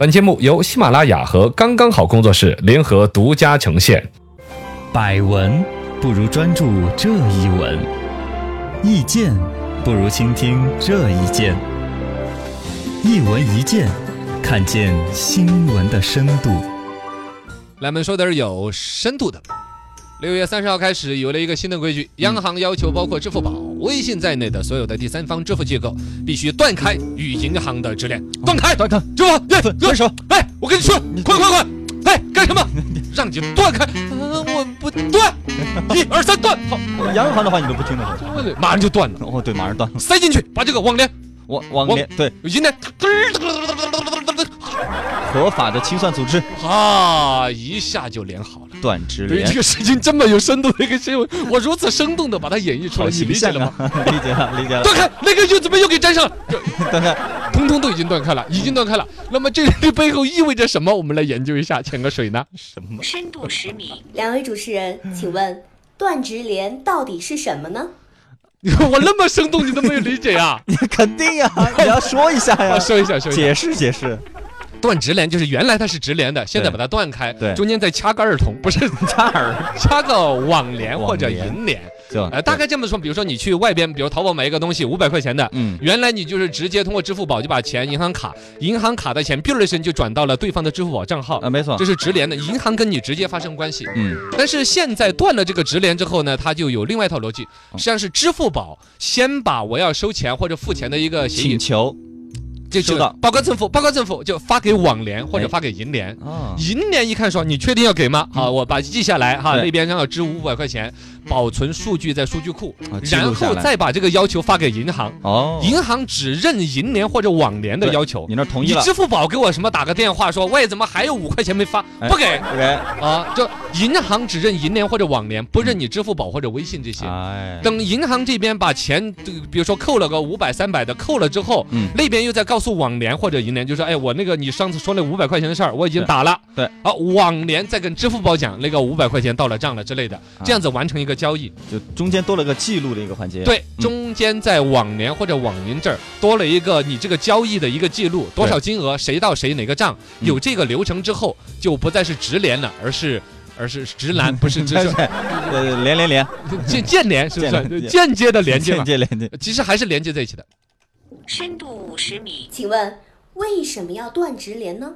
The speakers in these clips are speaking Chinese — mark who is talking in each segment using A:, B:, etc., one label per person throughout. A: 本节目由喜马拉雅和刚刚好工作室联合独家呈现。
B: 百闻不如专注这一闻，意见不如倾听这一见。一闻一见，看见新闻的深度。
C: 咱们说点儿有深度的。六月三十号开始有了一个新的规矩，央行要求包括支付宝、微信在内的所有的第三方支付机构必须断开与银行的直连，断开，断开，支付宝，分分手，哎，我跟你说，快快快，哎，干什么？让你断开，呃我不断，一二三断，好，
B: 央行的话你都不听的是吧？
C: 马上就断了，
B: 哦，对，马上断了。
C: 塞进去，把这个网联、
B: 网网
C: 网
B: 联对
C: 银联，
B: 合法的清算组织
C: 啊，一下就连好了。
B: 断直
C: 对于
B: 连
C: 这，个事情这么有深度的一 个新闻，我如此生动的把它演绎出
B: 好
C: 来，你
B: 形
C: 理解
B: 象
C: 了吗？
B: 啊！ 理解了，理解了。
C: 断开，那个又怎么又给粘上了？这
B: 断开，
C: 通通都已经断开了，已经断开了。那么这个背后意味着什么？我们来研究一下，潜个水 呢？
D: 深度十米，
E: 两位主持人，请问断直连到底是什么呢？
C: 我那么生动，你都没有理 解呀、
B: 肯定呀，你要说一下呀
C: 啊？，说一下，说一下，
B: 解释解释。
C: 断直连就是原来它是直连的，现在把它断开，
B: 对
C: 中间再掐个儿童，不 是
B: 卡尔
C: 掐个网联或者
B: 网啊联
C: 银联，
B: 就
C: 呃，大概这么说，比如说你去外边，比如淘宝买一个东西，五百块钱的，
B: 嗯
C: 原来你就是直接通过支付宝就把钱银行卡，银行卡的钱，biu 一声就转到了对方的支付宝账号，
B: 啊，没错
C: 这，是直连的，银行跟你直接发生关系。
B: 嗯，
C: 但是现在断了这个直连之后呢，它就有另外一套逻辑，
B: 哦
C: 实际上是支付宝先把我要收钱或者付钱的一个协
B: 请
C: 议，
B: 求
C: 就
B: 收
C: 是
B: 到
C: 报告政府，报告政府就发给网联或者
B: 哎
C: 发给银联。
B: 啊，
C: 银联一看说：“你确定要给吗？好，我把记下来哈，
B: 对
C: 那边要支五百块钱，保存数据在数据库
B: 啊，记录
C: 然
B: 下
C: 后
B: 来
C: 再把这个要求发给银行，
B: 哦，
C: 银行只认银联或者网联的
B: 对
C: 要求。
B: 你那儿同
C: 你
B: 意了，
C: 支付宝给我什么打个电话说喂，怎么还有五块钱没发？
B: 哎
C: 不给，
B: OK，
C: 啊，就银行只认银联或者网联，不认你支付宝或者微信这些。
B: 哎，
C: 等银行这边把钱，这个比如说扣了个五百、三百的，扣了之后，
B: 嗯
C: 那边又在告诉网联或者银联，就说，哎，我那个你上次说那五百块钱的事儿，我已经
B: 对
C: 打了。
B: 对
C: 啊，网联再跟支付宝讲那个五百块钱到了账了之类的，
B: 啊
C: 这样子完成一个交易。
B: 就中间多了个记录的一个环节。
C: 对，
B: 嗯
C: 中间在网联或者网银这儿多了一个你这个交易的一个记录，多少金额，谁到谁哪个账，
B: 嗯
C: 有这个流程之后，就不再是直连了，而 是。而是直男，不是直
B: 对，呃，连连连，
C: 间间连是不
B: 间
C: 是
B: 连
C: 间接的连接嘛
B: 间？接连接，
C: 其实还是连接在一起的。
D: 深度五十米，
E: 请问为什么要断直连呢？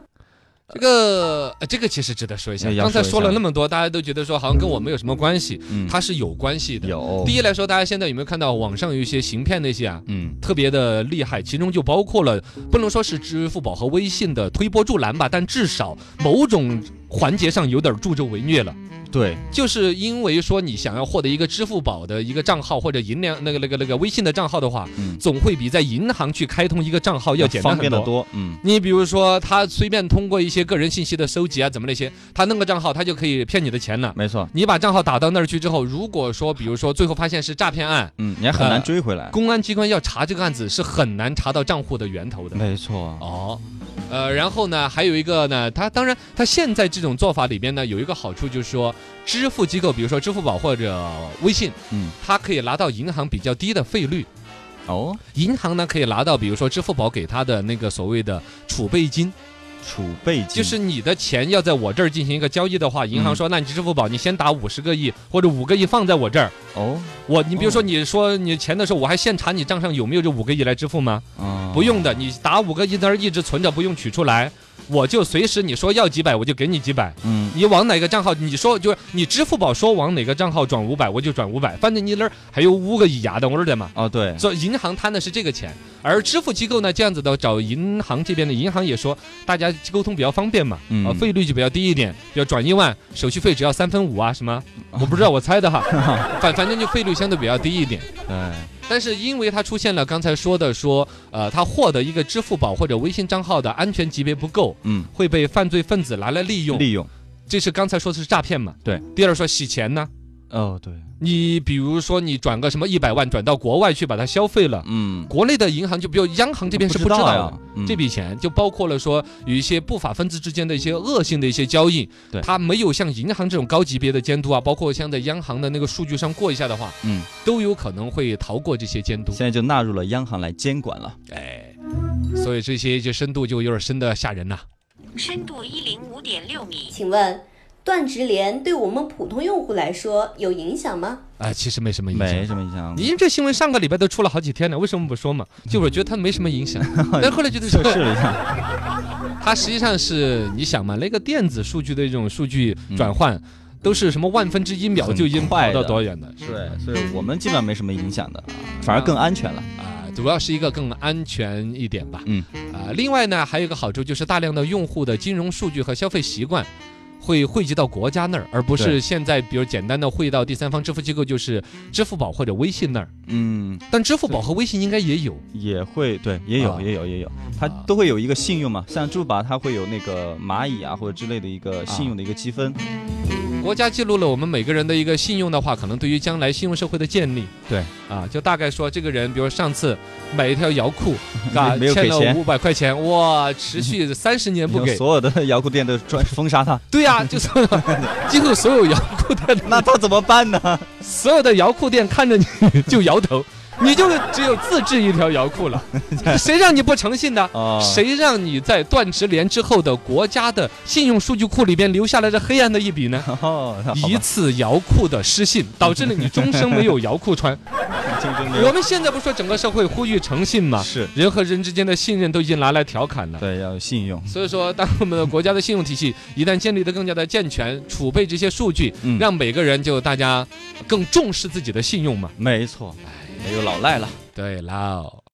C: 这个呃这个其实值得说一下
B: 哎。要
C: 刚才
B: 说一
C: 说了
B: 下
C: 那么多，大家都觉得说好像跟我们有什么关系，
B: 嗯，
C: 它是有关系的。
B: 有
C: 第一来说，大家现在有没有看到网上有一些行骗那些啊？
B: 嗯，
C: 特别的厉害，其中就包括了不能说是支付宝和微信的推波助澜吧，但至少某种环节上有点助纣为虐了。
B: 对，
C: 就是因为说你想要获得一个支付宝的一个账号或者银联那个那个那个微信的账号的话，
B: 嗯，
C: 总会比在银行去开通一个账号要简单
B: 方
C: 很
B: 便的
C: 多。
B: 多，嗯，
C: 你比如说，他随便通过一些个人信息的收集啊，怎么那些，他弄个账号，他就可以骗你的钱了。
B: 没错，
C: 你把账号打到那儿去之后，如果说，比如说最后发现是诈骗案，
B: 嗯，你还很难
C: 呃
B: 追回来，
C: 公安机关要查这个案子是很难查到账户的源头的。
B: 没错，
C: 哦，呃，然后呢，还有一个呢，它当然，它现在这种做法里边呢，有一个好处就是说，支付机构，比如说支付宝或者微信，
B: 嗯，
C: 它可以拿到银行比较低的费率，
B: 哦，
C: 银行呢可以拿到，比如说支付宝给它的那个所谓的储备金，
B: 嗯储备金
C: 就是你的钱要在我这儿进行一个交易的话，银
B: 嗯
C: 行说，那你支付宝你先打五十个亿或者五个亿放在我这儿，
B: 哦，
C: 我你比如说
B: 哦
C: 你说你钱的时候，我还现查你账上有没有这五个亿来支付吗？
B: 啊
C: 不用的，你打五个一那儿一直存着，不用取出来，我就随时你说要几百，我就给你几百。
B: 嗯，
C: 你往哪个账号，你说就是你支付宝说往哪个账号转五百，我就转五百，反正你那儿还有五个以牙的，我儿的嘛。
B: 哦，对，
C: 所以银行贪的是这个钱，而支付机构呢，这样子的找银行这边的银行也说，大家沟通比较方便嘛，
B: 嗯
C: 啊，费率就比较低一点，比较转一万，手续费只要三分五啊，什么，我不知道，我猜 的哈，反反正就费率相对比较低一点。
B: 对，
C: 但是因为它出现了刚才说的说，呃，他获得一个支付宝或者微信账号的安全级别不够，
B: 嗯，
C: 会被犯罪分子拿来利用。
B: 利用，
C: 这是刚才说的是诈骗嘛？
B: 对。
C: 第二说洗钱呢，
B: 哦，对，
C: 你比如说你转个什么一百万转到国外去把它消费了，
B: 嗯，
C: 国内的银行就比如央行这边是不知道
B: 呀
C: 的。，
B: 嗯
C: 这笔钱就包括了说有一些不法分子之间的一些恶性的一些交易，
B: 对
C: 它没有像银行这种高级别的监督啊，包括像在央行的那个数据上过一下的话，
B: 嗯，
C: 都有可能会逃过这些监督
B: 现。在就纳入了央行来监管了，
C: 所以这些就深度就有点深的吓人呐、
D: 深度一零五点六米，
E: 请问断直连对我们普通用户来说有影响吗？
C: 哎，其实没什么影
B: 没
C: 响。
B: 什么影响。
C: 您这新闻上个礼拜都出了好几天了，为什么不说嘛？就我觉得它没什么影响，
B: 嗯
C: 但后 来觉得
B: 测试了一下，
C: 它实际上是你想嘛，那个电子数据的这种数据转换，都是什么万分之一秒就已经
B: 嗯很快
C: 跑
B: 的
C: 到多远的，是吧
B: 对，所以我们基本上没什么影响的，反而更安全了。
C: 啊，主要是一个更安全一点吧。
B: 嗯，
C: 啊，另外呢，还有一个好处就是大量的用户的金融数据和消费习惯。会汇集到国家那儿，而不是
B: 对
C: 现在比如简单的汇到第三方支付机构，就是支付宝或者微信那儿。
B: 嗯，
C: 但支付宝和微信应该也有
B: 也会对，也
C: 啊
B: 有也有也有，它
C: 啊
B: 都会有一个信用嘛，像支付宝它会有那个蚂蚁啊或者之类的一个信用的一个积分。
C: 国家记录了我们每个人的一个信用的话，可能对于将来信用社会的建立，
B: 对
C: 啊，就大概说这个人，比如上次买一条摇裤，啊，
B: 没有
C: 欠
B: 给
C: 了
B: 钱
C: 五百块钱，哇，持续三十年不
B: 然后
C: 给，
B: 所有的摇裤店都专封杀 它，
C: 对呀、就是 几乎所有摇裤店，
B: 那它怎么办呢？
C: 所有的摇裤店看着你 就摇头，你就只有自制一条摇裤了， 谁让你不诚信的？
B: 哦，
C: 谁让你在断直连之后的国家的信用数据库里边留下来这黑暗的一笔呢？
B: 哦，那 好
C: 一
B: 吧，
C: 次摇裤的失信，导致了你终生没有摇裤 穿。
B: 竞争没
C: 我
B: 有
C: 们现在不是说整个社会呼吁诚信吗？
B: 是，
C: 人和人之间的信任都已经拿来调侃了。
B: 对，要有信用。
C: 所以说，当我们的国家的信用体系一旦建立得更加的健全，储备这些数据，
B: 嗯
C: 让每个人就大家更重视自己的信用嘛。
B: 没错，哎没有老赖了。
C: 对了。